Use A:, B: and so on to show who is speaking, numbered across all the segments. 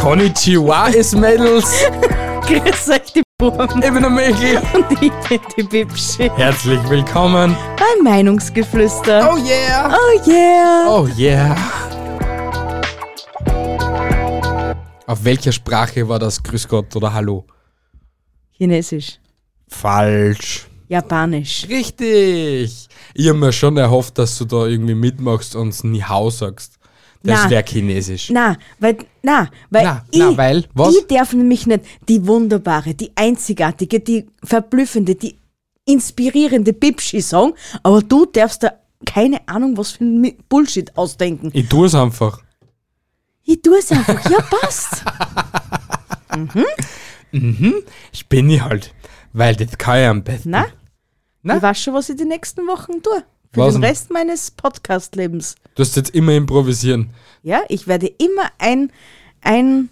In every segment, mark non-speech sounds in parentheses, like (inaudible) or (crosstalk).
A: Konnichiwa ist Mädels.
B: Grüß euch, die Buben
A: Ich bin der Michi.
B: und ich bin die Bibschi.
A: Herzlich willkommen.
B: Mein Meinungsgeflüster.
A: Oh yeah.
B: Oh yeah.
A: Oh yeah. Auf welcher Sprache war das Grüß Gott oder Hallo?
B: Chinesisch.
A: Falsch.
B: Japanisch.
A: Richtig. Ich habe mir schon erhofft, dass du da irgendwie mitmachst und Ni Hao sagst. Das
B: Na.
A: wäre chinesisch.
B: Na, weil, na, weil
A: Na,
B: ich,
A: na, weil, was?
B: ich darf nämlich nicht die wunderbare, die einzigartige, die verblüffende, die inspirierende Bibschi sagen, aber du darfst da keine Ahnung, was für ein Mi- Bullshit ausdenken.
A: Ich tue es einfach.
B: Ich tue es einfach. Ja,
A: (laughs)
B: passt.
A: Spinne ich halt. Weil das kann ich am besten.
B: Na?
A: Na?
B: Ich weiß schon, was ich die nächsten Wochen tue. Für
A: Was
B: den
A: denn?
B: Rest meines Podcast-Lebens.
A: Du hast jetzt immer improvisieren.
B: Ja, ich werde immer ein, ein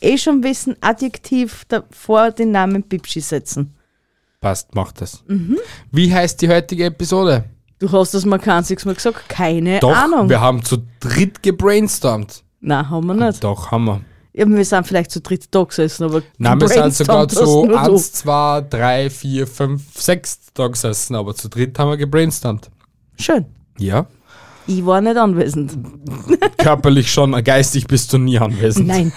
B: eh schon wissen Adjektiv davor den Namen Bibschi setzen.
A: Passt, mach das.
B: Mhm.
A: Wie heißt die heutige Episode?
B: Du hast das mal kein einziges Mal gesagt? Keine
A: Doch,
B: Ahnung.
A: wir haben zu dritt gebrainstormt.
B: Nein, haben wir nicht.
A: Doch, haben wir.
B: Ja, wir sind vielleicht zu dritt da gesessen, aber
A: Nein, wir sind sogar
B: gebrainstormt hast
A: zu
B: nur du.
A: 1, 2, 3, 4, 5, 6 da gesessen, aber zu dritt haben wir gebrainstormt.
B: Schön.
A: Ja.
B: Ich war nicht anwesend.
A: Körperlich schon, äh, geistig bist du nie anwesend. (laughs)
B: Nein.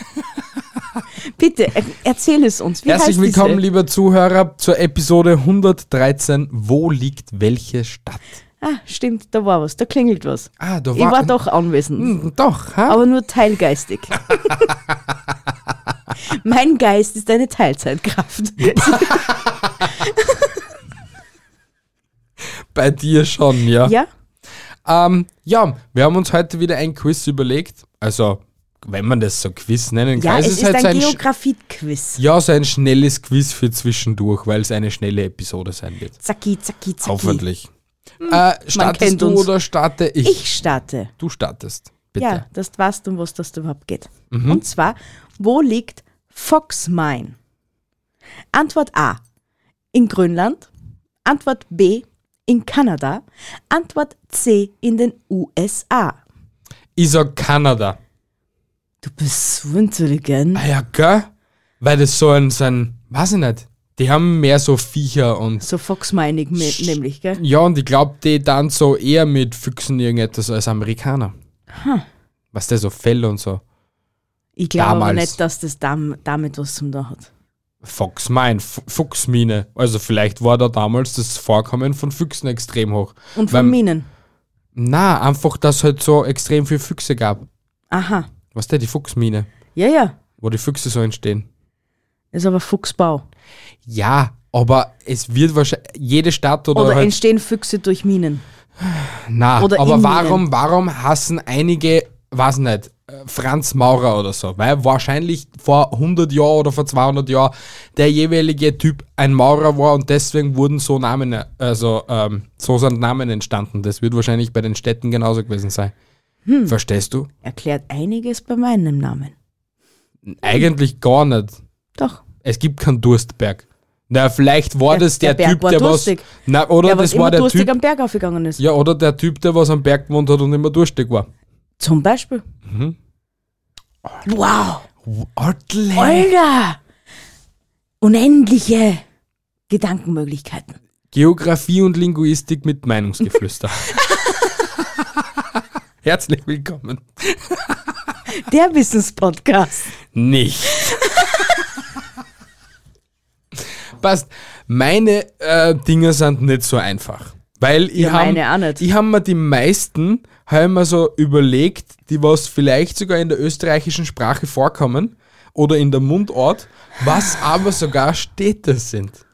B: Bitte, er erzähl es uns. Wie
A: Herzlich
B: heißt
A: willkommen,
B: diese?
A: liebe Zuhörer, zur Episode 113. Wo liegt welche Stadt?
B: Ah, stimmt, da war was, da klingelt was.
A: Ah, da
B: ich war doch anwesend.
A: Hm, Doch, ha?
B: aber
A: (laughs)
B: nur teilgeistig. mein Geist ist eine Teilzeitkraft.
A: bei dir schon, ja.
B: (laughs) ja?
A: Ähm, ja, wir haben uns heute wieder ein Quiz überlegt. Also, wenn man das so Quiz nennen kann.
B: Ja, es ist
A: halt so
B: ein
A: Sch-
B: Geografie-Quiz.
A: Ja, so ein schnelles Quiz für zwischendurch, weil es eine schnelle Episode sein wird.
B: Zacki, zacki, zacki.
A: Hoffentlich. Äh, startest
B: Hm, kennt
A: du
B: uns.
A: oder starte ich?
B: Ich starte.
A: Du startest. Bitte. Mhm.
B: Ja, das weißt du, um was das da überhaupt geht. Und zwar, wo liegt Fox Mine? Antwort A. In Grönland. Antwort B. In Kanada. Antwort C. In den USA.
A: Ich sag Kanada.
B: Du bist so intelligent.
A: Ah ja, gell? Weil das so ein, so ein, weiß ich nicht, die haben mehr so Viecher und.
B: So Fox Mining me- nämlich, gell?
A: Ja, und ich glaube, die dann so eher mit Füchsen irgendetwas als Amerikaner. Hm. Was der so Fell und so.
B: Ich glaube aber
A: Damals.
B: nicht, dass das dam damit was zum da hat.
A: Fox Mine, F Fuchsmine. Also vielleicht war da damals das Vorkommen von Füchsen extrem hoch.
B: Und
A: Weil-
B: von Minen.
A: Na, einfach, dass es halt so extrem viel Füchse gab.
B: Aha.
A: Was der die Fuchsmine,
B: Ja, ja.
A: wo die Füchse so entstehen.
B: Ist aber Fuchsbau.
A: Ja, aber es wird wahrscheinlich jede Stadt oder,
B: Oder
A: halt,
B: entstehen Füchse durch Minen.
A: na,
B: oder
A: aber
B: in
A: warum, warum hassen einige, weiß nicht, äh, Franz Maurer oder so, weil wahrscheinlich vor 100 Jahren oder vor 200 Jahren der jeweilige Typ ein Maurer war und deswegen wurden so Namen, äh, also ähm, so sind Namen entstanden. Das wird wahrscheinlich bei den Städten genauso gewesen sein.
B: Hm.
A: Verstehst du?
B: Erklärt einiges bei meinem Namen.
A: Eigentlich gar nicht.
B: Doch.
A: Es gibt keinen Durstberg. Na, vielleicht war
B: Der-
A: das der,
B: der Berg
A: Typ,
B: war
A: der was.
B: durstig.
A: Na, oder
B: der was
A: das
B: immer
A: war der
B: durstig
A: Typ.
B: am Berg aufgegangen ist.
A: Ja, oder der Typ, der was am Berg gewohnt hat und immer durstig war.
B: Zum Beispiel.
A: Mhm.
B: Wow.
A: Ortle.
B: Alter. Unendliche Gedankenmöglichkeiten.
A: Geografie und Linguistik mit
B: (laughs)
A: Meinungsgeflüster. Herzlich willkommen.
B: Der Wissenspodcast.
A: Nicht. (laughs) Passt. Meine äh, Dinger sind nicht so einfach. Weil ich
B: Ja,
A: habe
B: meine auch nicht.
A: hab mir die meisten hab ich mir so überlegt, die was vielleicht sogar in der österreichischen Sprache vorkommen oder in der Mundart, was aber sogar Städte sind.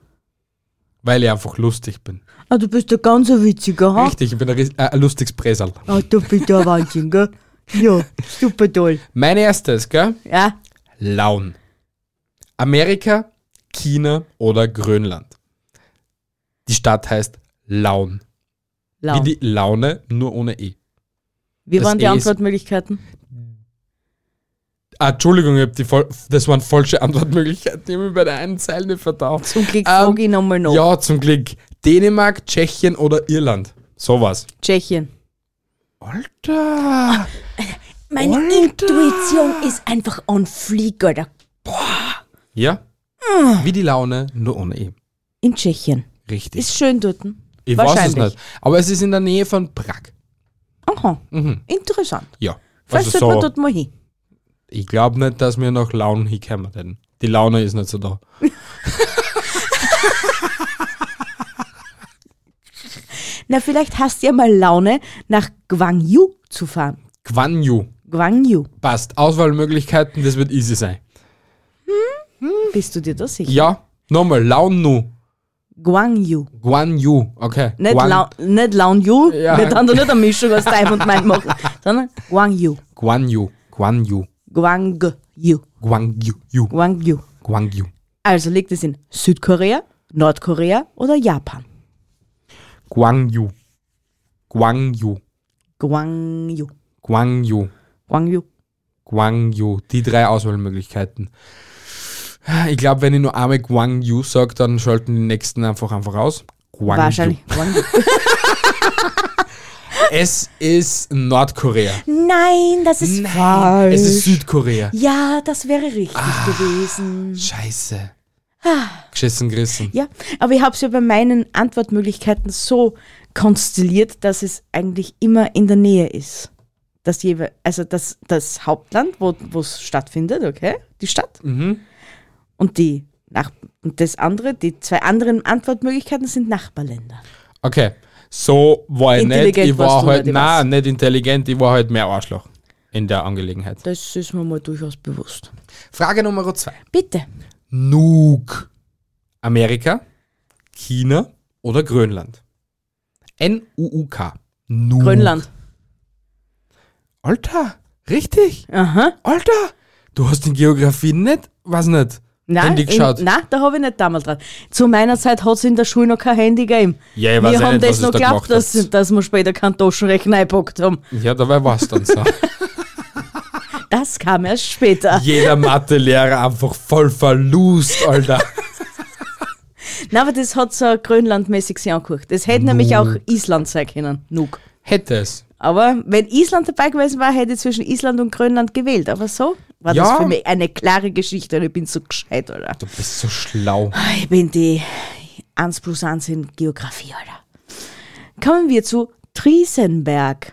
A: Weil ich einfach lustig bin.
B: Ah, du bist der ganz ein Witziger, ha?
A: Richtig, ich bin ein, Ries- äh, ein lustiges Präsal.
B: Ah, du bist der Wahnsinn, gell? Ja, super toll.
A: Mein erstes, gell?
B: Ja,
A: Laun. Amerika, China oder Grönland. Die Stadt heißt Laun.
B: lau.
A: Wie die Laune, nur ohne E.
B: Wie
A: Das
B: waren die
A: E ist-
B: Antwortmöglichkeiten?
A: Ah, Entschuldigung, ich hab die voll, das waren falsche Antwortmöglichkeiten. Ich habe mich bei der einen Zeile verdaut.
B: Zum Glück
A: Ähm,
B: frage ich nochmal nach.
A: Ja, zum Glück. Dänemark, Tschechien oder Irland. Sowas.
B: Tschechien.
A: Alter!
B: Meine
A: Alter.
B: Intuition ist einfach on fleek, Alter.
A: Ja?
B: Ah.
A: Wie die Laune, nur ohne E.
B: In Tschechien.
A: Richtig.
B: Ist schön dort.
A: ich weiß es
B: wahrscheinlich.
A: nicht. Aber es ist in der Nähe von Prag.
B: Aha. Interessant.
A: Ja.
B: Vielleicht
A: Mhm. Also
B: sollte man
A: so,
B: dort mal hin.
A: ich glaube nicht, dass wir nach Launen hinkommen hätten. Die Laune ist nicht so da.
B: Na, vielleicht hast du ja mal Laune, nach Gwangju zu fahren.
A: Guan Yu.
B: Gwangju.
A: Passt. Auswahlmöglichkeiten, das wird easy sein.
B: Bist du dir da sicher?
A: Ja. Nochmal, Launu.
B: Gwangju.
A: Guan Yu. Okay.
B: Nicht,
A: Guan,
B: Lau nicht Launju,
A: Ja.
B: wir haben da nicht eine Mischung aus Time und Mind machen, sondern Gwangju.
A: Guan Yu. Guan Yu.
B: Gwangju.
A: Guan Yu. Yu.
B: Gwangju.
A: Guan Yu.
B: Also liegt es in Südkorea, Nordkorea oder Japan?
A: Guan Yu. Guan Yu.
B: Gwangju.
A: Guan Yu.
B: Gwangju.
A: Guangyu, die drei Auswahlmöglichkeiten. Ich glaube, wenn ich nur einmal Guangyu sage, dann schalten die nächsten einfach einfach aus. Guangyu.
B: Wahrscheinlich. Gwangju.
A: Es ist Nordkorea.
B: Nein, das ist falsch.
A: Es ist Südkorea.
B: ja, das wäre richtig gewesen.
A: Scheiße.
B: Ah.
A: Geschissen gerissen.
B: Ja, aber ich habe es ja bei meinen Antwortmöglichkeiten so konstelliert, dass es eigentlich immer in der Nähe ist. Das jewe also das, das Hauptland, wo es stattfindet, okay, die Stadt. Und die Nach und das andere, die zwei anderen Antwortmöglichkeiten sind Nachbarländer.
A: Okay, so war ich nicht.
B: Intelligent
A: Ich
B: warst
A: war
B: du
A: halt,
B: nicht, ich
A: nein, nicht intelligent, ich war halt mehr Arschloch in der Angelegenheit.
B: Das ist mir mal durchaus bewusst.
A: Frage Nummer zwei.
B: Bitte.
A: Nuuk. Amerika, China oder Grönland? N-U-U-K.
B: Mhm.
A: Nuuk.
B: Grönland.
A: Alter, richtig.
B: Aha.
A: Alter, du hast in Geografie nicht, was nicht,
B: Nein,
A: Handy geschaut.
B: In, nein, da habe ich nicht damals dran. Zu meiner Zeit hat es in der Schule noch kein Handy gegeben.
A: Ja, ich weiß
B: wir
A: eh
B: haben
A: nicht, was
B: das
A: ich
B: noch
A: da
B: geglaubt,
A: gemacht
B: dass,
A: hab.
B: dass wir später keinen Taschenrechner eingepackt haben.
A: ja, dabei war es dann so.
B: (laughs) Das kam erst später.
A: Jeder Mathelehrer einfach voll verlust, Alter.
B: Nein, aber das hat so grönlandmäßig sich angeguckt. Das hätte nämlich auch Island sein können. Nuk.
A: Hätte es.
B: Aber wenn Island dabei gewesen war, hätte ich zwischen Island und Grönland gewählt. Aber so war
A: Ja.
B: das für mich eine klare Geschichte und ich bin so gescheit, Alter.
A: Du bist so schlau.
B: Ah, Ich bin die 1 plus 1 in Geografie, Alter. Kommen wir zu Triesenberg.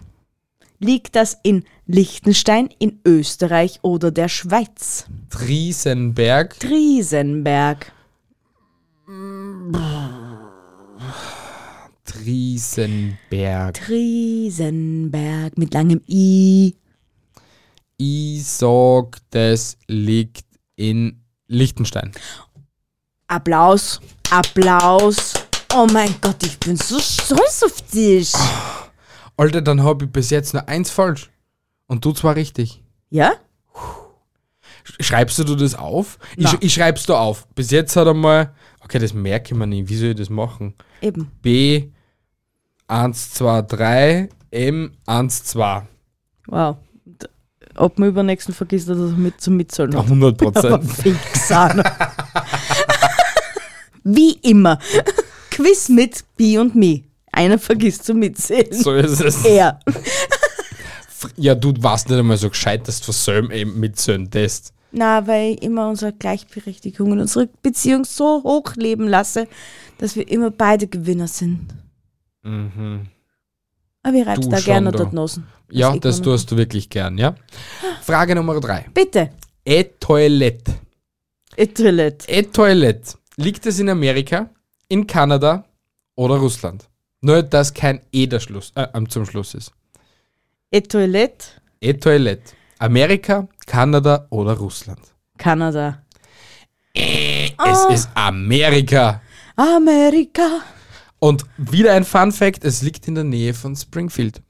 B: Liegt das in Liechtenstein, in Österreich oder der Schweiz?
A: Triesenberg.
B: Triesenberg.
A: Triesenberg.
B: Triesenberg mit langem I.
A: Ich sag, das liegt in Liechtenstein.
B: Applaus, Applaus. Oh mein Gott, ich bin so stolz auf dich.
A: Alter, dann habe ich bis jetzt nur eins falsch. Und du zwar richtig.
B: Ja?
A: Sch- Schreibst du das auf? Ich,
B: Na.
A: ich schreib's da auf. Bis jetzt hat er mal. Okay, das merke ich mir nicht. Wie soll ich das machen?
B: Eben.
A: B 1, 2, 3, M 1, 2.
B: Wow. D- Ob man übernächsten vergisst, dass er mit zum Mitzahlen hat.
A: 100
B: Aber
A: Prozent.
B: fix an. Wie immer. Quiz mit B und Me. Einer vergisst zu
A: (laughs)
B: mitzählen.
A: so ist es.
B: Er.
A: Ja, du warst nicht einmal so gescheit, dass du Söm eben mit Söm test.
B: Na, weil ich immer unsere Gleichberechtigung und unsere Beziehung so hoch leben lasse, dass wir immer beide Gewinner sind.
A: Mhm.
B: Aber ich reib's
A: Du
B: da
A: schon
B: gerne
A: da.
B: dort Nosen. eh
A: Ja,
B: ich
A: das
B: kann.
A: tust du wirklich gern, ja? Frage Nummer 3.
B: Bitte.
A: E-Toilette.
B: Toilette.
A: E-Toilette. Liegt es in Amerika, in Kanada oder Russland? Nur, dass kein E der Schluss, äh, am- zum Schluss ist.
B: Toilette.
A: E-Toilette. Amerika, Kanada oder Russland?
B: Kanada.
A: Es ist Amerika.
B: Amerika.
A: Und wieder ein Fun Fact, es liegt in der Nähe von Springfield.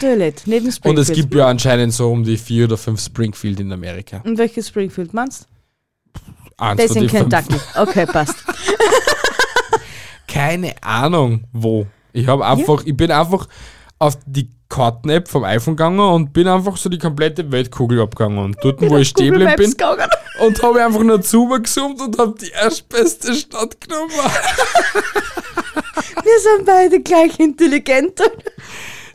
B: Toilette. Neben Springfield.
A: Und es gibt ja anscheinend so um die vier oder fünf Springfield in Amerika.
B: Und welches Springfield meinst?
A: Eins
B: Das
A: von
B: in
A: die fünf.
B: Kentucky. Okay, passt.
A: Keine Ahnung, wo. Ich habe einfach, ich bin einfach auf die Karten-App vom iPhone gegangen und bin einfach so die komplette Weltkugel abgegangen. Und dort, wo ich stehen
B: Google
A: geblieben
B: Maps
A: bin, (laughs)
B: gegangen.
A: und habe einfach nur zugesummt und habe die erstbeste Stadt
B: (laughs)
A: genommen.
B: Wir sind beide gleich intelligent.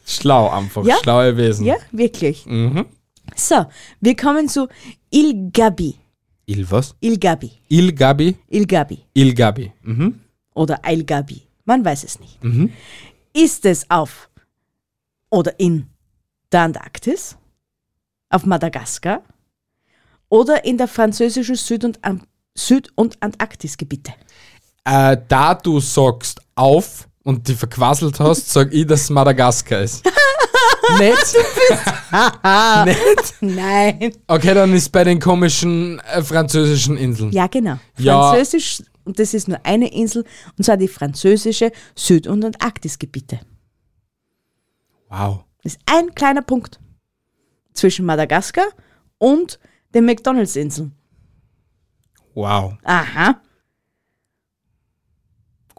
A: Schlau einfach,
B: Ja.
A: schlaue Wesen.
B: Ja, wirklich. So, wir kommen zu Il Gabi.
A: Il was?
B: Il Gabi.
A: Il Gabi,
B: Il Gabi.
A: Il Gabi. Mhm.
B: Oder Il Gabi. Man weiß es nicht. Ist es auf oder in der Antarktis, auf Madagaskar oder in der französischen Süd- und, Am- Süd und Antarktisgebiete? (laughs)
A: Äh, da du sagst auf und die verquasselt hast, sag ich, dass es Madagaskar
B: (laughs)
A: ist. Nicht? Nicht?
B: Nein.
A: Okay, dann ist bei den komischen äh, französischen Inseln.
B: Ja, genau.
A: Ja.
B: Französisch, und das ist nur eine Insel, und zwar die französische Süd- und Antarktisgebiete.
A: Wow.
B: Das ist ein kleiner Punkt zwischen Madagaskar und den McDonalds-Inseln.
A: Wow.
B: Aha.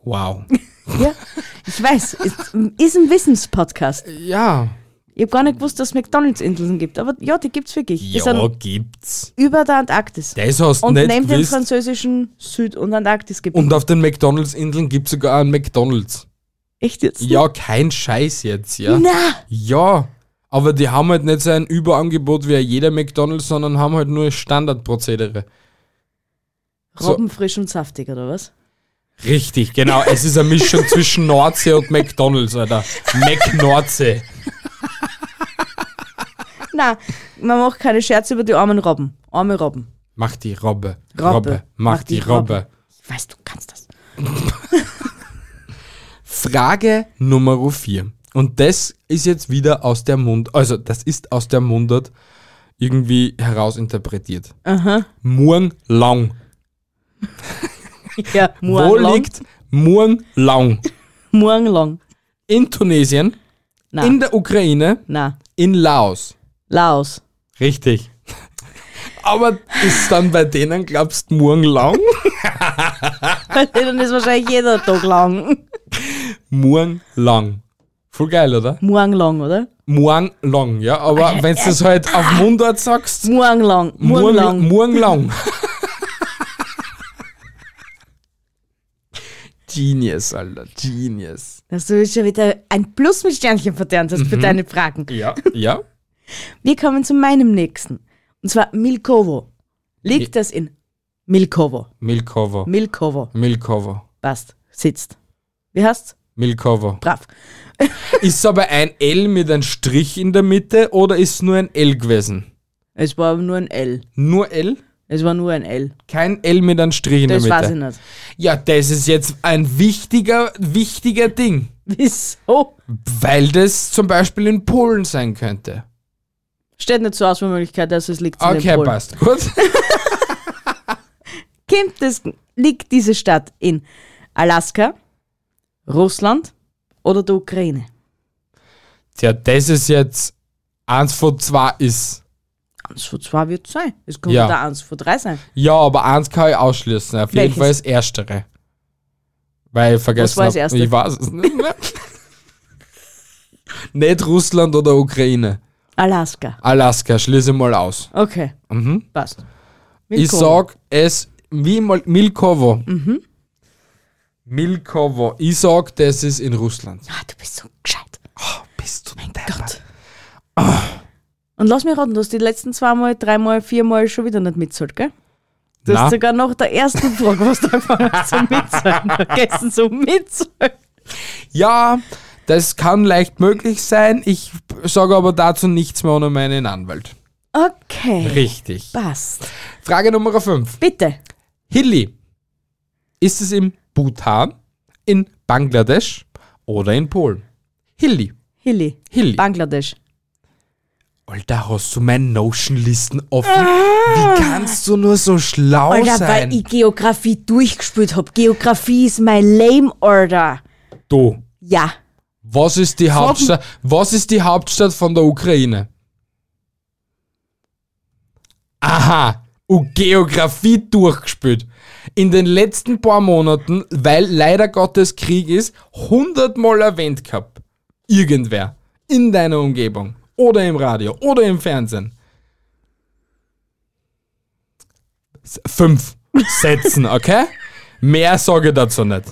A: Wow.
B: Ja, ich weiß, ist, ist ein Wissenspodcast.
A: Ja.
B: Ich habe gar nicht gewusst, dass es McDonalds-Inseln gibt, aber ja, die gibt's wirklich. Die
A: Ja,
B: sind
A: gibt's.
B: über der Antarktis.
A: Das hast du
B: Und
A: nicht
B: neben dem
A: gewusst.
B: französischen Süd- und Antarktisgebiet.
A: Und auf den McDonalds-Inseln gibt's sogar einen McDonalds.
B: Echt jetzt?
A: Ja, kein Scheiß jetzt, ja.
B: Na,
A: Ja, aber die haben halt nicht so ein Überangebot wie jeder McDonalds, sondern haben halt nur Standardprozedere. So.
B: Robbenfrisch und saftig, oder was?
A: Richtig, genau. Es ist eine Mischung zwischen Nordsee und McDonalds, Alter. McNordsee.
B: Na, man macht keine Scherze über die armen Robben. Arme Robben.
A: Mach die Robbe.
B: Robbe.
A: Mach, die, Robbe.
B: Ich weiß, du kannst
A: (laughs)
B: das.
A: Frage Nummer 4. Und das ist jetzt wieder aus der Mund, also das ist aus der Mundart irgendwie herausinterpretiert.
B: Aha.
A: Murn lang.
B: Ja,
A: Wo
B: Muanglong.
A: liegt Murn lang?
B: Muanglong.
A: In Tunesien,
B: Na,
A: in der Ukraine,
B: na,
A: in Laos.
B: Laos. (laughs)
A: Richtig. (laughs) Aber ist dann bei denen, glaubst du, morgen lang?
B: Dann ist wahrscheinlich jeder Tag lang.
A: Morgen lang. Voll geil, oder?
B: Muanglong, oder?
A: Morgen lang, ja. Aber
B: Äh,
A: wenn du das halt
B: ah.
A: auf Mundart sagst,
B: Muanglong.
A: morgen
B: Muanglong.
A: morgen lang. (laughs) Genius, Alter. Genius.
B: Dass du jetzt schon wieder ein Plus mit Sternchen verternt hast für
A: Mhm.
B: deine Fragen.
A: Ja, ja.
B: Wir kommen zu meinem nächsten. Und zwar Milkovo. Liegt das in Milkovo?
A: Milkovo.
B: Milkovo.
A: Milkovo.
B: Passt. Sitzt. Wie heißt's?
A: Milkovo.
B: Brav.
A: Ist aber ein L mit einem Strich in der Mitte oder ist nur ein L gewesen?
B: Es war aber nur ein L.
A: Nur L?
B: Es war nur ein L.
A: Kein L mit einem Strich in
B: Das
A: der
B: weiß
A: Mitte.
B: ich nicht.
A: Ja, das ist jetzt ein wichtiger, wichtiger Ding.
B: (laughs) Wieso?
A: Weil das zum Beispiel in Polen sein könnte.
B: Steht nicht so aus wie Möglichkeit, dass es liegt in den
A: Okay,
B: Polen.
A: passt. Gut.
B: Kommt es, liegt diese Stadt in Alaska, Russland oder der Ukraine?
A: Tja, das ist jetzt eins von zwei ist.
B: Eins von zwei wird es sein. Es könnte
A: Ja.
B: da eins von drei sein.
A: Ja, aber eins kann ich ausschließen. Auf jeden
B: Welches?
A: Fall das Erstere. Weil ich vergessen
B: war das
A: hab-
B: Erste?
A: Ich weiß es nicht mehr. (laughs) nicht Russland oder Ukraine.
B: Alaska.
A: Alaska, schließe mal aus.
B: Okay,
A: Mhm.
B: passt.
A: Ich
B: Willkommen. Mhm.
A: sag es wie mal Milkovo. Milkovo. Ich sag, das ist in Russland. Ah,
B: Ah, du bist so gescheit.
A: Bist du mein
B: Gott. Und lass mich raten, du hast die letzten zweimal, dreimal, viermal schon wieder nicht mitzahlt, gell? Du
A: Na.
B: hast sogar nach der ersten Frage, was du (laughs) angefangen hast zum Mitzahlen, vergessen zum Mitzahlen.
A: Ja, das kann leicht möglich sein. Ich sage aber dazu nichts mehr ohne meinen Anwalt.
B: Okay,
A: Richtig.
B: passt.
A: Frage Nummer 5.
B: Bitte.
A: Hilly, ist es im Bhutan, in Bangladesch oder in Polen? Hilly,
B: Hilly.
A: Hilly.
B: Bangladesch.
A: Alter, hast du meine Notion-Listen offen? Wie kannst du nur so schlau
B: Ah. Alter,
A: sein?
B: weil ich Geografie durchgespielt habe. Geografie ist mein Lame Order.
A: du,
B: Ja. (laughs)
A: was ist, die Hauptstadt, was ist die Hauptstadt von der Ukraine? Aha, U Geografie durchgespielt. In den letzten paar Monaten, weil leider Gottes Krieg ist, hundertmal erwähnt gehabt. Irgendwer. In deiner Umgebung. Oder im Radio. Oder im Fernsehen. s- fünf Sätzen, okay? Mehr sage ich dazu nicht.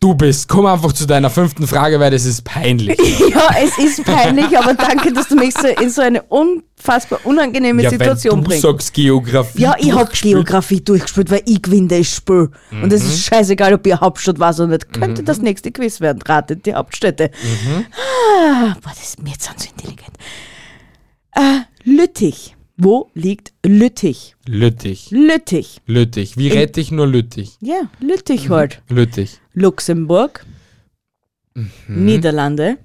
A: Du bist, komm einfach zu deiner fünften Frage, weil das ist peinlich.
B: Ja, es ist peinlich, aber danke, dass du mich so in so eine unfassbar unangenehme
A: ja,
B: Situation
A: weil du
B: bringst.
A: sagst Geografie.
B: Ja, ich hab
A: durchgespielt. Mhm.
B: Geografie durchgespielt, weil ich gewinne das Spiel. Und es ist scheißegal, ob ihr Hauptstadt war oder nicht. Könnte das nächste Quiz werden. Ratet die Hauptstädte.
A: Mhm.
B: Ah, boah, das ist mir jetzt so intelligent. Äh, Lüttich. Wo liegt Lüttich?
A: Lüttich.
B: Lüttich.
A: Lüttich. Wie rette ich nur Lüttich?
B: Ja, Lüttich
A: Mhm.
B: halt.
A: Lüttich.
B: Luxemburg,
A: Mhm.
B: Niederlande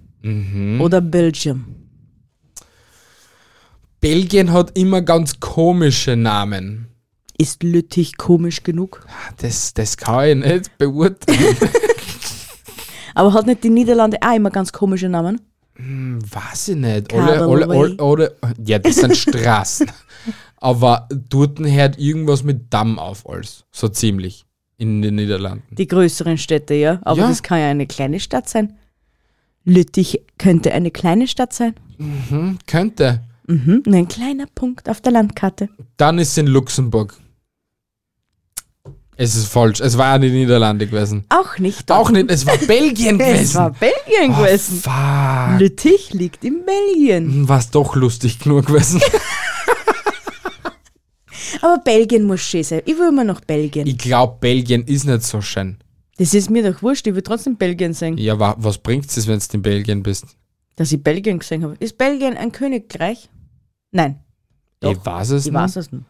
B: oder Belgium.
A: Belgien hat immer ganz komische Namen. Ah,
B: Ist Lüttich komisch genug?
A: Das, das kann ich nicht
B: (laughs)
A: beurteilen.
B: Aber hat nicht die Niederlande auch immer ganz komische Namen?
A: Weiß ich nicht. Alle, alle, alle, alle, ja, das sind
B: (laughs)
A: Straßen. Aber dort hört irgendwas mit Damm auf alles. So ziemlich. In den Niederlanden.
B: Die größeren Städte, ja. Aber
A: Ja.
B: das kann ja eine kleine Stadt sein. Lüttich könnte eine kleine Stadt sein.
A: Könnte.
B: Mhm. Nur ein kleiner Punkt auf der Landkarte.
A: Dann ist es in Luxemburg. Es ist falsch. Es war ja die Niederlande gewesen.
B: Auch nicht.
A: Auch nicht. Es war
B: (laughs)
A: Belgien gewesen.
B: Es war Belgien
A: Oh,
B: gewesen.
A: fuck.
B: Lüttich liegt in Belgien.
A: War es doch lustig genug gewesen. (laughs)
B: Aber Belgien muss schön sein. Ich will immer nach Belgien.
A: ich glaube, Belgien ist nicht so schön.
B: das ist mir doch wurscht. Ich will trotzdem Belgien sehen.
A: Ja, wa was bringt es, wenn du in Belgien bist?
B: Dass ich Belgien gesehen habe. Ist Belgien ein Königreich? Nein, Doch.
A: Ich weiß es
B: ich
A: nicht.
B: weiß es nicht.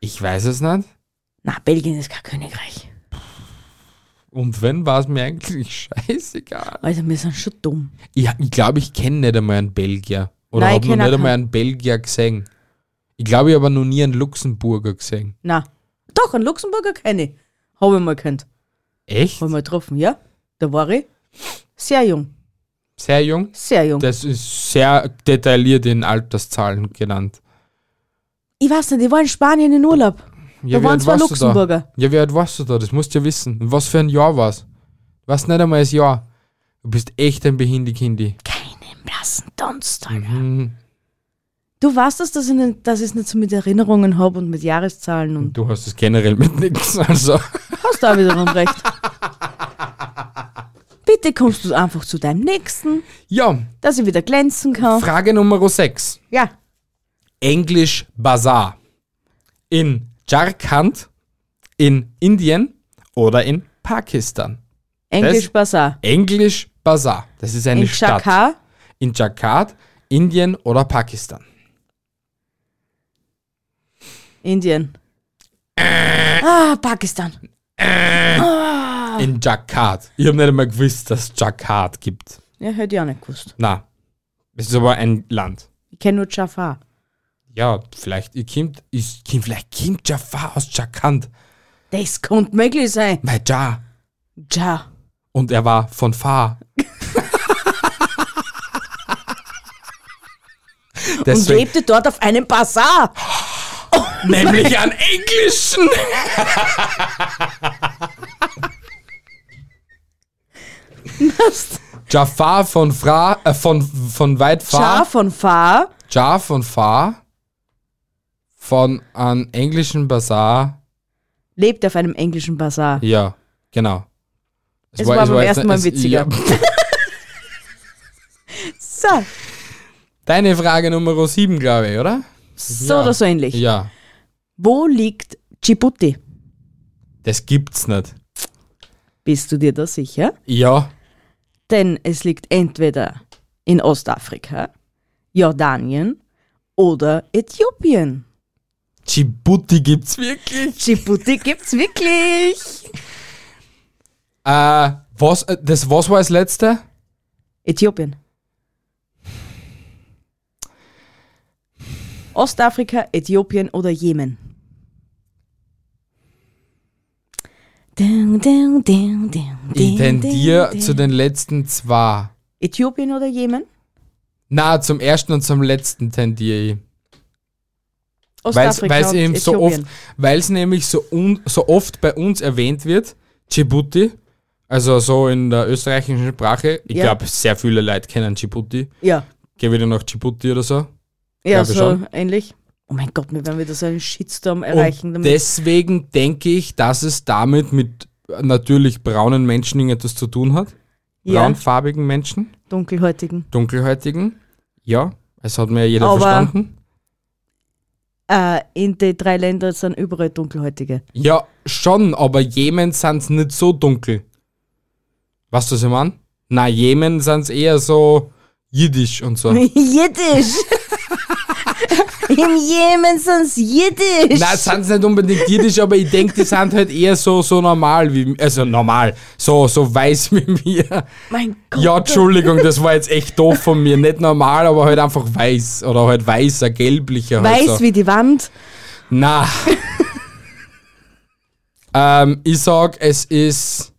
A: Ich weiß es nicht.
B: Na, Belgien ist kein Königreich.
A: Und wenn, war es mir eigentlich (laughs) scheißegal.
B: Also wir sind schon dumm.
A: Ich glaube, ich, glaub, ich kenne nicht einmal einen Belgier. Oder
B: Nein,
A: habe
B: ich
A: noch
B: kenn
A: nicht
B: auch
A: einmal einen Belgier gesehen. Ich glaube, ich habe noch nie einen Luxemburger gesehen.
B: Na, doch, einen Luxemburger kenne ich. Habe ich mal kennt.
A: Echt?
B: Habe ich mal getroffen, ja. Da war ich sehr jung.
A: Sehr jung?
B: Sehr jung.
A: Das ist sehr detailliert in Alterszahlen genannt.
B: Ich weiß nicht, ich war in Spanien in Urlaub.
A: Ja,
B: Da waren zwei
A: warst du
B: Luxemburger.
A: Da? Ja, wie alt warst du da? Das musst du ja wissen. Und was für ein Jahr war es? Weißt nicht einmal das Jahr. Du bist echt ein Behindi-Kindi.
B: Keine blassen Donnerstag.
A: Mhm.
B: Du weißt, dass, das nicht, dass ich es nicht so mit Erinnerungen habe und mit Jahreszahlen und
A: Du hast es generell mit nichts. (laughs) Also.
B: hast da wiederum recht. Bitte kommst du einfach zu deinem Nächsten,
A: Ja,
B: dass ich wieder glänzen kann.
A: Frage Nummer 6.
B: Ja,
A: English Bazaar. In Jharkhand, in Indien oder in Pakistan.
B: Englisch
A: Das-
B: Bazaar.
A: English Bazaar. Das ist eine
B: In
A: Stadt.
B: Shaka,
A: In Jharkhand, Indien oder Pakistan.
B: Indien. Ah, Pakistan.
A: In Jharkhand. Ich habe nicht einmal gewusst, dass es Jharkhand gibt.
B: Ja, hätte ich auch nicht gewusst.
A: Na, es ist aber ein Land.
B: Ich kenne nur Jaffa.
A: Ja, vielleicht ihr kommt, ist, kommt, vielleicht kommt Jafar aus Jharkhand.
B: Das könnte möglich sein.
A: Weil Ja.
B: Ja.
A: Und er war von Far.
B: Und
A: Deswegen,
B: lebte dort auf einem Bazar.
A: nämlich an Englischen. Jafar von Fra, äh, von, von weit
B: Ja
A: Far.
B: von Fa.
A: Jar von Far. Von an englischen Bazar.
B: Lebte auf einem englischen Bazar.
A: Ja, genau.
B: Es war beim
A: jetzt-
B: ersten Mal
A: es- ja.
B: witziger.
A: (laughs)
B: So,
A: Deine Frage Nummer 7, glaube ich, oder?
B: so
A: Ja.
B: oder so ähnlich.
A: Ja.
B: Wo liegt Djibouti?
A: Das gibt's nicht.
B: Bist du dir da sicher?
A: Ja.
B: Denn es liegt entweder in Ostafrika, Jordanien oder Äthiopien.
A: Djibouti gibt's wirklich.
B: Djibouti gibt's wirklich.
A: Äh, was, äh, das, was war das letzte?
B: Äthiopien. Ostafrika, Äthiopien oder Jemen. Dun, dun, dun, dun,
A: Ich
B: dun,
A: tendiere
B: dun,
A: zu
B: dun.
A: den letzten zwei.
B: Äthiopien oder Jemen?
A: Na, zum ersten und zum letzten tendiere ich.
B: Ostafrika
A: Weil es
B: und
A: eben so oft,
B: Äthiopien.
A: weil es nämlich so, un, so oft bei uns erwähnt wird, Djibouti, also so in der österreichischen Sprache. Ich
B: Ja.
A: glaube, sehr viele Leute kennen Djibouti.
B: Ja,
A: Geh wieder nach Djibouti oder so.
B: ja
A: Glaube
B: so
A: schon. Oh,
B: ähnlich. Oh mein Gott, wir werden wieder so einen Shitstorm erreichen.
A: Und
B: damit-
A: deswegen denke ich, dass es damit mit natürlich braunen Menschen irgendetwas zu tun hat.
B: ja,
A: Braunfarbigen Menschen,
B: dunkelhäutigen.
A: dunkelhäutigen. Ja, es hat mir jeder
B: Aber-
A: verstanden.
B: Äh, in den drei Ländern sind überall dunkelhäutige.
A: Ja, schon, aber Jemen sind nicht so dunkel. Weißt du, was ich meine? Na, Jemen sind eher so jiddisch und so. (laughs)
B: (laughs) Jiddisch! Im Jemen sind sie Jiddisch!
A: Nein, sind nicht unbedingt jiddisch, aber ich denke, die sind halt eher so, so normal wie, also normal, so, so weiß wie mir.
B: mein Gott!
A: Ja, Entschuldigung, das war jetzt echt doof von mir. Nicht normal, aber halt einfach weiß. Oder halt weißer, gelblicher.
B: Weiß
A: halt so.
B: wie die Wand.
A: Na. ähm, ich sag, es ist.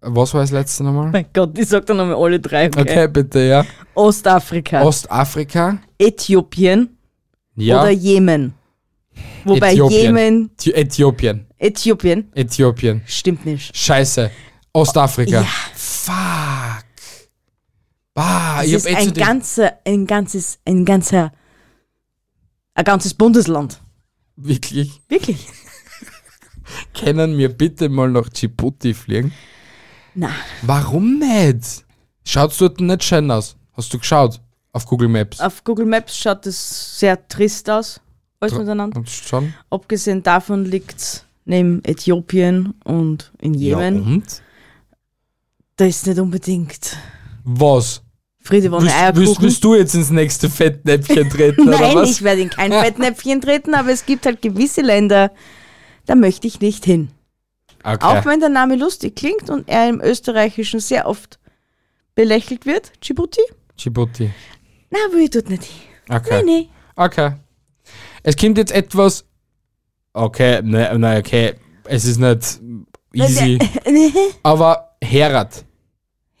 A: Was war das letzte nochmal?
B: Mein Gott, ich sag dann nochmal alle drei. Okay. Äh.
A: Okay, bitte, ja.
B: Ostafrika,
A: Ostafrika.
B: Äthiopien
A: Ja.
B: oder Jemen. Wobei
A: Äthiopien.
B: Jemen,
A: Thi- Äthiopien.
B: Äthiopien,
A: Äthiopien.
B: stimmt nicht.
A: Scheiße. Ostafrika.
B: Ja.
A: Fuck. Bah, ich
B: Es
A: hab
B: ist
A: eh zu
B: ein,
A: den-
B: ganzer, ein ganzes, ein ganzer, ein ganzes Bundesland.
A: Wirklich.
B: Wirklich?
A: Können wir bitte mal nach Djibouti fliegen?
B: Na,
A: Warum nicht? Schaut's dort nicht schön aus? Hast du geschaut? Auf Google Maps?
B: auf Google Maps schaut es sehr trist aus, alles miteinander.
A: Kannst du schauen?
B: Abgesehen davon liegt es neben Äthiopien und in
A: Ja, um.
B: Jemen.
A: und?
B: Da ist nicht unbedingt
A: Was?
B: Friede von
A: Willst, willst,
B: Eierkuchen.
A: willst du jetzt ins nächste Fettnäpfchen treten oder
B: (laughs) Nein,
A: was?
B: ich werde in kein Fettnäpfchen treten, aber es gibt halt gewisse Länder, da möchte ich nicht hin.
A: okay.
B: Auch wenn der Name lustig klingt und er im Österreichischen sehr oft belächelt wird, Djibouti,
A: Djibouti.
B: na, will ich dort nicht hin.
A: Okay.
B: Nee,
A: Okay. Es kommt jetzt etwas. Okay, nein, ne, okay. Es ist nicht easy.
B: (laughs) nee.
A: Aber Herat.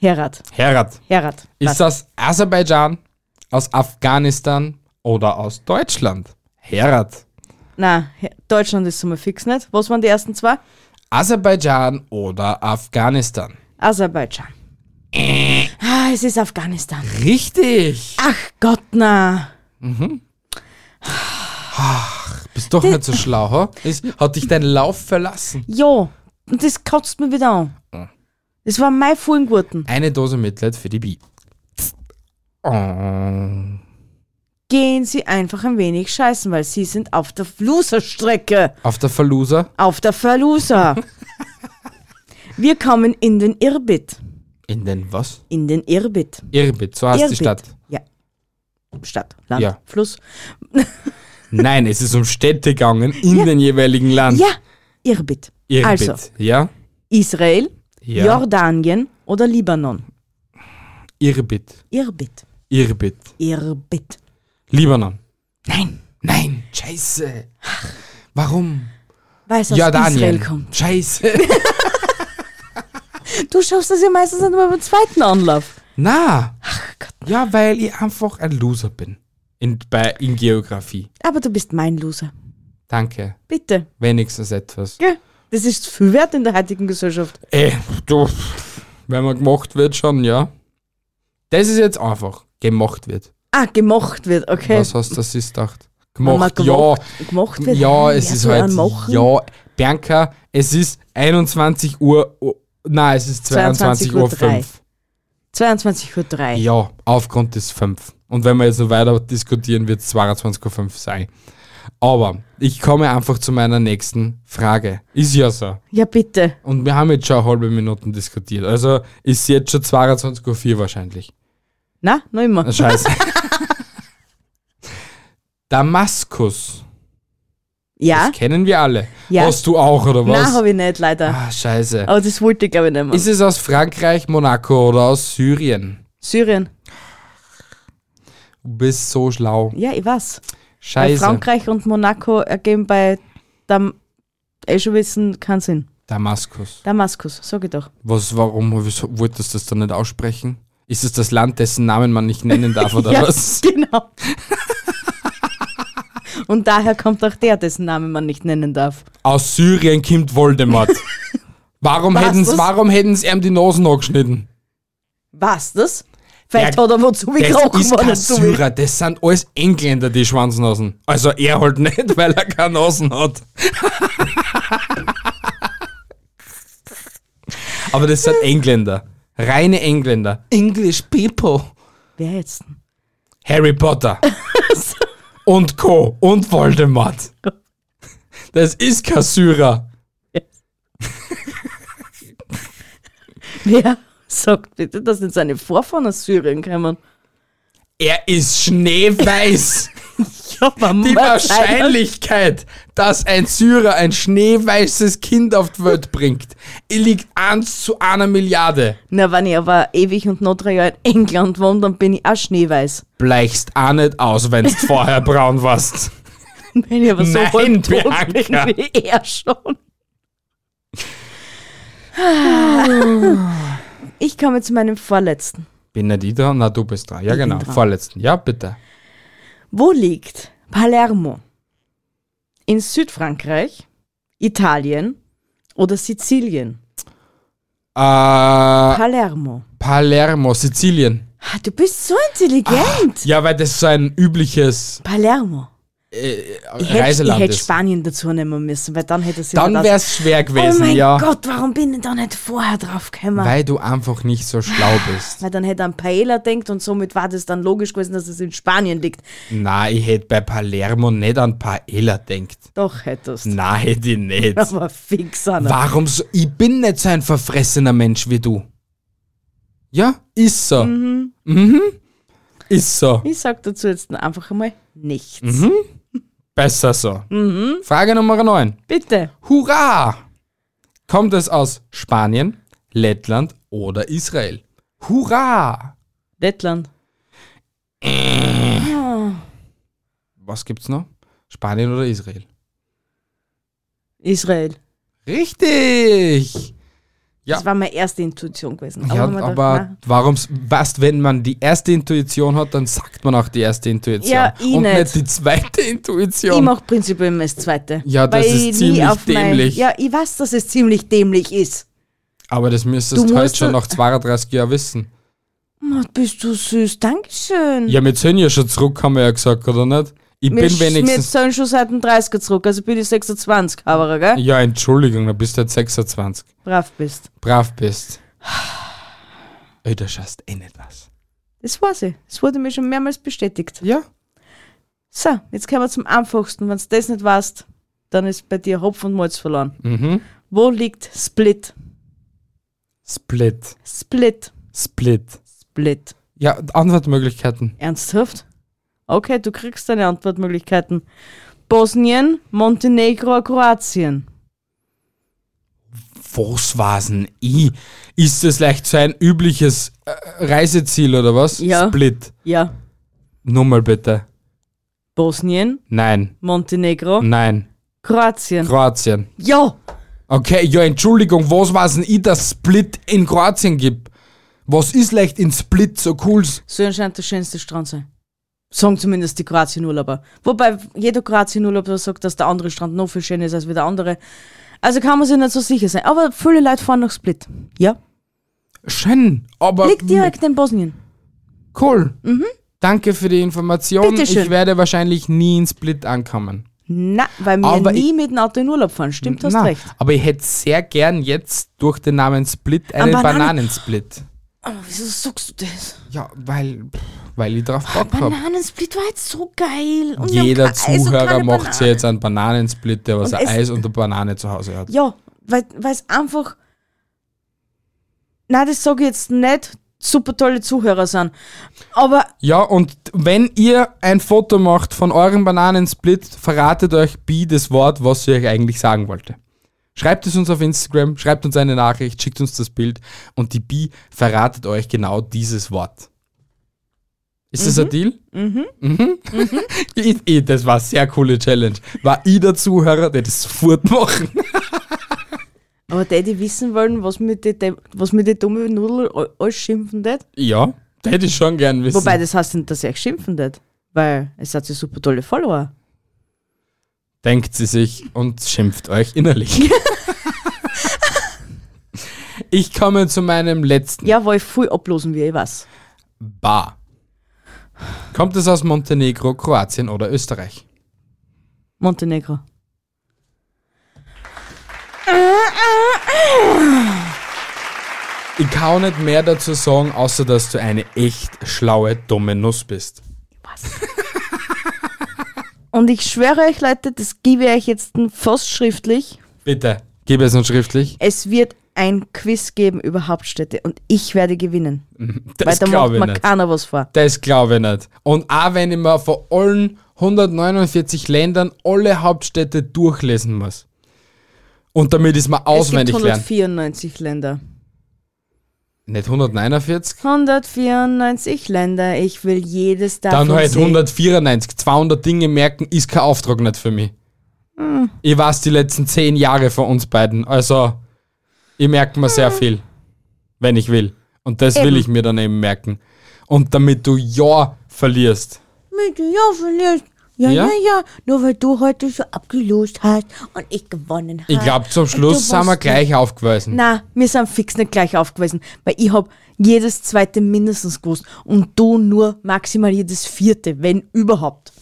B: Herat,
A: Herat.
B: Herat.
A: Ist
B: Was?
A: das Aserbaidschan, aus Afghanistan oder aus Deutschland? Herat.
B: Na, He- Deutschland ist so mal fix nicht. Was waren die ersten zwei?
A: Aserbaidschan oder Afghanistan?
B: Aserbaidschan.
A: Äh.
B: Ah, es ist Afghanistan.
A: Richtig.
B: Ach Gott, na.
A: Bist doch nicht so schlau, ha? Ist, hat dich dein Lauf verlassen.
B: Jo, und das kotzt mir wieder an.
A: Ah.
B: Das war mein Fuhlengurten.
A: Eine Dose Mitleid für die Bi. Oh.
B: gehen Sie einfach ein wenig scheißen, weil Sie sind auf der Loserstrecke.
A: Auf der Verloser?
B: Auf
A: (laughs)
B: der Verloser. Wir kommen in den Irbit.
A: In den was?
B: In den Irbit.
A: Irbit, so heißt die Stadt.
B: Ja. Stadt, Land,
A: Ja.
B: Fluss.
A: Nein, es ist um Städte gegangen in
B: Ja.
A: den jeweiligen Land.
B: Ja, Irbit.
A: Irbit.
B: Also,
A: Ja?
B: Israel,
A: Ja.
B: Jordanien oder Libanon.
A: Irbit.
B: Irbit.
A: Irbit.
B: Irbit.
A: Libanon.
B: Nein,
A: Nein, scheiße. Warum?
B: weil es aus Israel
A: Jordanien.
B: kommt.
A: Scheiße.
B: Du schaffst das ja meistens nicht mal beim zweiten Anlauf.
A: Na. Ja, weil ich einfach ein Loser bin. In, bei, in Geografie.
B: Aber du bist mein Loser.
A: Danke.
B: Bitte.
A: Wenigstens etwas.
B: Gell? Das ist viel wert in der heutigen Gesellschaft.
A: Ey, du. Wenn man gemacht wird, schon, ja. Das ist jetzt einfach. Gemacht wird.
B: Ah, gemocht wird, okay.
A: Was hast du das ist gedacht?
B: Wenn man
A: Gemacht, ja.
B: gemocht wird,
A: Ja,
B: wer
A: es ist
B: soll
A: halt.
B: einen machen?
A: Ja, Bianca, es ist 21 Uhr. oh, Nein, es ist 22 Uhr 5.
B: 22.03 Uhr.
A: Ja, aufgrund des 5. Und wenn wir jetzt noch weiter diskutieren, wird es 22.05 Uhr sein. Aber ich komme einfach zu meiner nächsten Frage. Ist ja so.
B: Ja, bitte.
A: Und wir haben jetzt schon eine halbe Minuten diskutiert. Also ist jetzt schon 22.04 Uhr wahrscheinlich.
B: Na, noch immer.
A: Na, Scheiße. Damaskus.
B: (laughs) ja?
A: Das kennen wir alle.
B: Ja.
A: Hast du auch, oder was?
B: Nein, habe ich nicht, leider.
A: Ah, scheiße.
B: Aber das wollte ich, glaube ich, nicht mehr.
A: Ist es aus Frankreich, Monaco oder aus Syrien?
B: Syrien.
A: Du bist so schlau.
B: Ja, ich weiß. Weil
A: Scheiße.
B: Frankreich und Monaco ergeben bei Dam eh schon wissen, keinen Sinn.
A: Damaskus.
B: Damaskus, sag ich doch. (laughs)
A: Was, warum wieso wolltest du das dann nicht aussprechen? Ist es das Land, dessen Namen man nicht nennen darf oder
B: (laughs) ja,
A: was? (laughs)
B: genau. und daher kommt auch der, dessen Namen man nicht nennen darf.
A: Aus Syrien kommt
B: (laughs)
A: Voldemort. warum
B: Was?
A: hätten sie warum hätten's ihm die Nasen angeschnitten?
B: Was das? Vielleicht
A: Der-
B: hat er wozu wie
A: Das
B: gekrochen,
A: ist
B: wenn
A: kein
B: er zu will.
A: Syrer, das sind alles Engländer, die Schwanznasen. Also er halt nicht, (laughs) weil er keine Nasen hat. (laughs) Aber das sind Engländer. Reine Engländer. English people.
B: Wer jetzt?
A: Harry (laughs) Potter. und Co. Und Voldemort. Das ist kein Syrer.
B: (laughs) Wer sagt bitte, dass nicht seine Vorfahren aus Syrien kommen?
A: Er ist schneeweiß.
B: Ja, man
A: Die
B: muss einer-
A: Wahrscheinlichkeit, dass ein Syrer ein schneeweißes Kind auf die Welt bringt, liegt 1 zu einer Milliarde.
B: Na, wenn ich aber ewig und noch drei Jahre in England wohne, dann bin ich auch schneeweiß. (laughs)
A: Bleichst auch nicht aus, wenn du vorher braun warst.
B: Wenn ich aber so
A: Nein,
B: halb tot bin
A: Bianca.
B: wie
A: (laughs)
B: er schon. Ich komme zu meinem vorletzten.
A: Bin nicht ich dran? Na, du bist dran. Ja,
B: Ich bin
A: genau.
B: dran.
A: Vorletzten. Ja, bitte.
B: Wo liegt Palermo? In Südfrankreich, Italien oder Sizilien?
A: Äh,
B: Palermo.
A: Palermo, Sizilien.
B: Ah, Du bist so intelligent.
A: Ja, weil das so ein übliches
B: Palermo. Ich hätte, ich
A: Reiseland
B: hätte
A: ist.
B: Spanien dazu nehmen müssen, weil dann hätte es
A: Dann
B: immer
A: wäre es schwer
B: das. Oh
A: gewesen,
B: mein
A: ja.
B: Gott, warum bin ich da nicht vorher drauf gekommen?
A: Weil du einfach nicht so schlau bist.
B: Weil dann hätte er an Paella denkt und somit war das dann logisch gewesen, dass es in Spanien liegt.
A: Na, ich hätte bei Palermo nicht an Paella denkt.
B: Doch hättest.
A: Na, hätte ich nicht.
B: Aber fix an.
A: Warum so? Ich bin nicht so ein verfressener Mensch wie du. Ja, ist so. Mhm. Ist so.
B: Ich sag dazu jetzt einfach einmal nichts.
A: Mhm. Besser so.
B: Mhm.
A: Frage Nummer 9.
B: Bitte.
A: Hurra! Kommt es aus Spanien, Lettland oder Israel? Hurra!
B: Lettland.
A: Äh.
B: Ah,
A: Was gibt's noch? Spanien oder Israel?
B: Israel.
A: Richtig! Ja.
B: Das war meine erste Intuition gewesen.
A: Ja,
B: man
A: aber,
B: dachte, na,
A: warum, was, wenn man die erste Intuition hat, dann sagt man auch die erste Intuition.
B: Ja, ich
A: und
B: nicht.
A: nicht die zweite (laughs) Intuition.
B: Ich mache prinzipiell immer das zweite.
A: Ja, das
B: Weil
A: ist
B: ich nie
A: ziemlich
B: auf
A: dämlich.
B: Mein, ja, ich weiß, dass es ziemlich dämlich ist.
A: Aber das
B: Du
A: müsstest du heute
B: musst
A: schon
B: so-
A: nach 32 Jahren wissen.
B: Oh, bist du süß, Dankeschön.
A: Ja, wir sind ja schon zurück, haben wir ja gesagt, oder nicht? Ich
B: wir,
A: bin
B: sch- wir
A: wenigstens.
B: sind schon seit dem 30er zurück, also bin ich 26, aber gell?
A: Ja, Entschuldigung, du bist jetzt 26.
B: Brav bist.
A: Brav bist. Ey, du schaust eh nicht was.
B: Das weiß ich. Das wurde mir schon mehrmals bestätigt.
A: Ja?
B: So, jetzt kommen wir zum einfachsten. Wenn du das nicht weißt, dann ist bei dir Hopf und Malz verloren.
A: Mhm.
B: Wo liegt Split?
A: Split.
B: Split.
A: Split.
B: Split.
A: Ja, Antwortmöglichkeiten.
B: Ernsthaft? Okay, du kriegst deine Antwortmöglichkeiten. Bosnien, Montenegro, Kroatien.
A: Was war's denn? I? Ist das leicht so ein übliches äh, Reiseziel oder was?
B: Ja.
A: Split.
B: Ja.
A: Nochmal bitte.
B: Bosnien,
A: Nein.
B: Montenegro,
A: Nein.
B: Kroatien.
A: Kroatien.
B: Ja,
A: Okay, ja, Entschuldigung, was war's denn ich, dass Split in Kroatien gibt? Was ist leicht in Split so cool?
B: soll anscheinend der schönste Strand sein. Sagen zumindest die Kroatien-Urlauber. Wobei jeder Kroatien-Urlauber sagt, dass der andere Strand noch viel schöner ist als wie der andere. Also kann man sich nicht so sicher sein. Aber viele Leute fahren nach Split. Ja.
A: Schön, aber
B: Liegt halt- Mhm. direkt in Bosnien.
A: cool. Danke für die Information.
B: Bitte schön.
A: Ich werde wahrscheinlich nie in Split ankommen.
B: Na, weil wir
A: Aber
B: nie mit dem Auto in Urlaub fahren. Stimmt, hast
A: Na,
B: recht.
A: Aber ich hätte sehr gern jetzt durch den Namen Split einen
B: Bananen-
A: Bananensplit.
B: Aber wieso sagst du das?
A: Ja, weil, pff, weil ich drauf Bock habe.
B: Bananensplit war jetzt so geil. Und wir haben
A: Jeder
B: kein Eis und
A: Zuhörer
B: keine
A: macht sich
B: Bananen.
A: jetzt einen Bananensplit, der was
B: Und
A: ein
B: es-
A: Eis und eine Banane zu Hause hat.
B: Ja, weil es einfach. Nein, das sage ich jetzt nicht. Super tolle Zuhörer sind. Aber
A: Ja, und wenn ihr ein Foto macht von eurem Bananensplit, verratet euch Bi das Wort, was ihr euch eigentlich sagen wollte. Schreibt es uns auf Instagram, schreibt uns eine Nachricht, schickt uns das Bild und die Bi verratet euch genau dieses Wort. Ist das ein Deal? Mhm. Mhm. (laughs) Ich- ich- das war eine sehr coole Challenge. War ich der Zuhörer, der das sofort machen.
B: Aber die, die wissen wollen, was mit die, dem- was mit die dumme Nudel a- alles schimpfen tät.
A: Ja, das hätte ich schon gern wissen.
B: Wobei, das heißt nicht, dass ihr euch schimpfen tät. Weil es hat ja super tolle Follower.
A: denkt sie sich und schimpft euch
B: (laughs)
A: innerlich. ich komme zu meinem letzten.
B: Ja, weil viel ablosen wir, ich weiß.
A: Bar. Kommt es aus Montenegro, Kroatien oder Österreich?
B: Montenegro.
A: Ich kann auch nicht mehr dazu sagen, außer dass du eine echt schlaue, dumme Nuss bist.
B: (laughs) Und ich schwöre euch, Leute, das gebe ich euch jetzt fast schriftlich.
A: Bitte, gib es uns schriftlich.
B: Es wird ein Quiz geben über Hauptstädte und ich werde gewinnen.
A: Das
B: weil da macht
A: glaube ich
B: mir
A: nicht.
B: keiner was vor.
A: Das glaube ich nicht. Und auch wenn ich mir von allen 149 Ländern alle Hauptstädte durchlesen muss. Und damit ist man auswendig
B: es gibt
A: lernen.
B: 194 Länder.
A: Nicht 149?
B: 194 Länder, ich will jedes davon
A: Dann halt
B: sehen.
A: 194, 200 Dinge merken, ist kein Auftrag nicht für mich.
B: Hm.
A: Ich weiß die letzten 10 Jahre von uns beiden. Also, ich merke mir sehr viel, wenn ich will. Und das will
B: Hm. Eben.
A: ich mir dann eben merken. Und damit du ja verlierst.
B: Mit ja vielleicht.
A: Ja? ja,
B: nur weil du heute so abgelost hast und ich gewonnen habe.
A: Ich glaube, zum
B: Ah. du
A: Schluss sind wir
B: warst
A: gleich aufgewiesen.
B: Na, wir sind fix nicht gleich aufgewiesen, weil ich hab jedes zweite mindestens gewusst und du nur maximal jedes vierte, wenn überhaupt.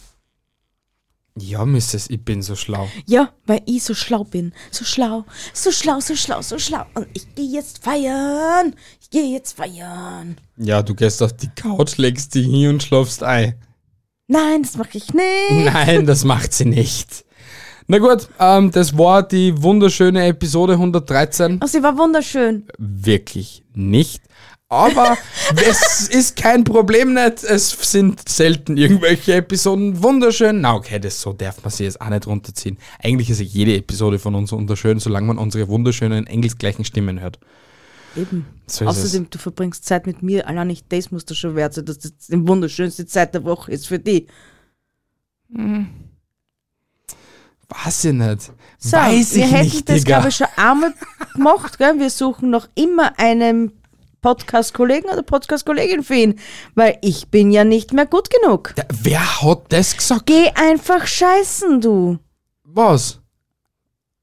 A: Ja, Mrs., ich bin so schlau.
B: Ja, weil ich so schlau bin. So schlau, so schlau, so schlau, so schlau. Und ich gehe jetzt feiern. Ich gehe jetzt feiern.
A: Ja, du gehst auf die Couch, legst dich hin und schlafst ein.
B: Nein, das mache ich nicht.
A: Nein, das macht sie nicht. Na gut, ähm, das war die wunderschöne Episode 113.
B: Oh, sie war wunderschön.
A: Wirklich nicht.
B: (laughs)
A: Aber es ist kein Problem nicht. Es sind selten irgendwelche Episoden wunderschön. Na okay, das so darf man sie jetzt auch nicht runterziehen. Eigentlich ist ja jede Episode von uns wunderschön, solange man unsere wunderschönen engelsgleichen Stimmen hört.
B: Eben.
A: So ist es.
B: Außerdem, du verbringst Zeit mit mir. Allein nicht das musst du schon wert sein, dass das die wunderschönste Zeit der Woche ist für dich.
A: Weiß ich nicht.
B: So,
A: Weiß
B: wir
A: ich
B: hätten
A: nicht,
B: das,
A: Digga.
B: glaube ich, schon einmal gemacht. Gell? Wir suchen noch immer einen Podcast-Kollegen oder Podcast-Kollegin für ihn, weil ich bin ja nicht mehr gut genug.
A: Da- Wer hat das gesagt?
B: Geh einfach scheißen, du.
A: Was?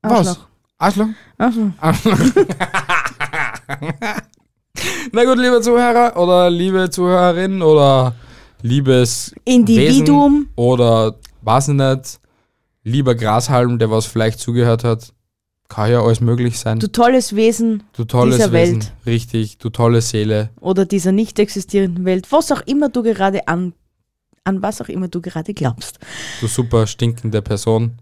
B: Arschloch.
A: Was? Arschloch?
B: Also,
A: Na gut, liebe Zuhörer oder liebe Zuhörerin oder liebes
B: Individuum.
A: Wesen oder weiß ich nicht, lieber Grashalm, der was vielleicht zugehört hat. Kann ja alles möglich sein.
B: du
A: Du,
B: tolles Wesen
A: tolles
B: dieser
A: Wesen.
B: Welt.
A: Richtig, du tolle Seele.
B: oder dieser nicht existierenden Welt, was auch immer du gerade an, an was auch immer du gerade glaubst.
A: Du super stinkende Person.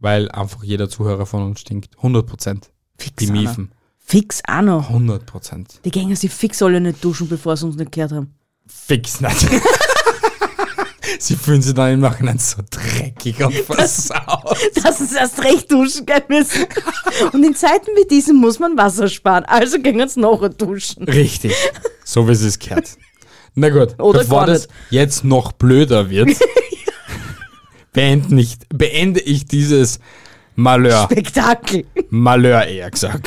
A: Weil einfach jeder Zuhörer von uns stinkt. 100 Prozent.
B: Fix
A: Die
B: auch noch.
A: Miefen.
B: Fix auch noch.
A: 100 Prozent.
B: Die gehen sich fix alle nicht duschen, bevor sie uns nicht gehört haben. (laughs)
A: Fix nicht. (laughs) Sie fühlen sich dann im Nachhinein so dreckig und versaut.
B: Dass uns erst recht duschen gehen
A: (laughs)
B: müssen. Und in Zeiten wie diesen muss man Wasser sparen. Also gehen uns nachher duschen. (laughs)
A: Richtig. So wie es ist gehört. Na gut,
B: Oder
A: bevor
B: gar
A: das
B: nicht.
A: jetzt noch blöder
B: (laughs)
A: wird, beende, nicht, beende ich dieses Malheur.
B: Spektakel.
A: Malheur eher gesagt.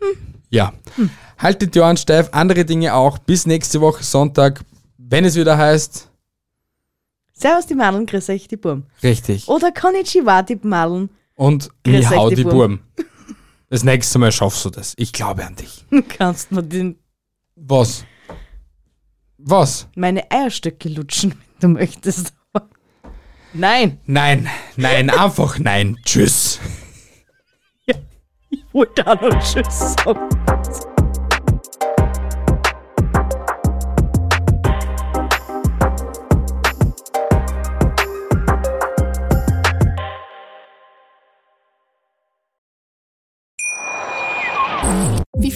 B: Hm.
A: Ja. Haltet die Ohren steif, andere Dinge auch. Bis nächste Woche Sonntag, wenn es wieder heißt.
B: Servus die Madeln, grüß euch die Burm.
A: Richtig.
B: Oder Konnichiwa die Madeln.
A: Und
B: Grüß euch,
A: Mihau
B: die
A: die Burm.
B: Burm.
A: Das nächste Mal schaffst du das. Ich glaube an dich.
B: Kannst mir den,
A: Was? Was?
B: meine Eierstöcke lutschen, wenn du möchtest. (laughs) Nein,
A: Nein, nein, einfach nein. Tschüss.
B: ich wollte auch noch Tschüss sagen.
C: Wie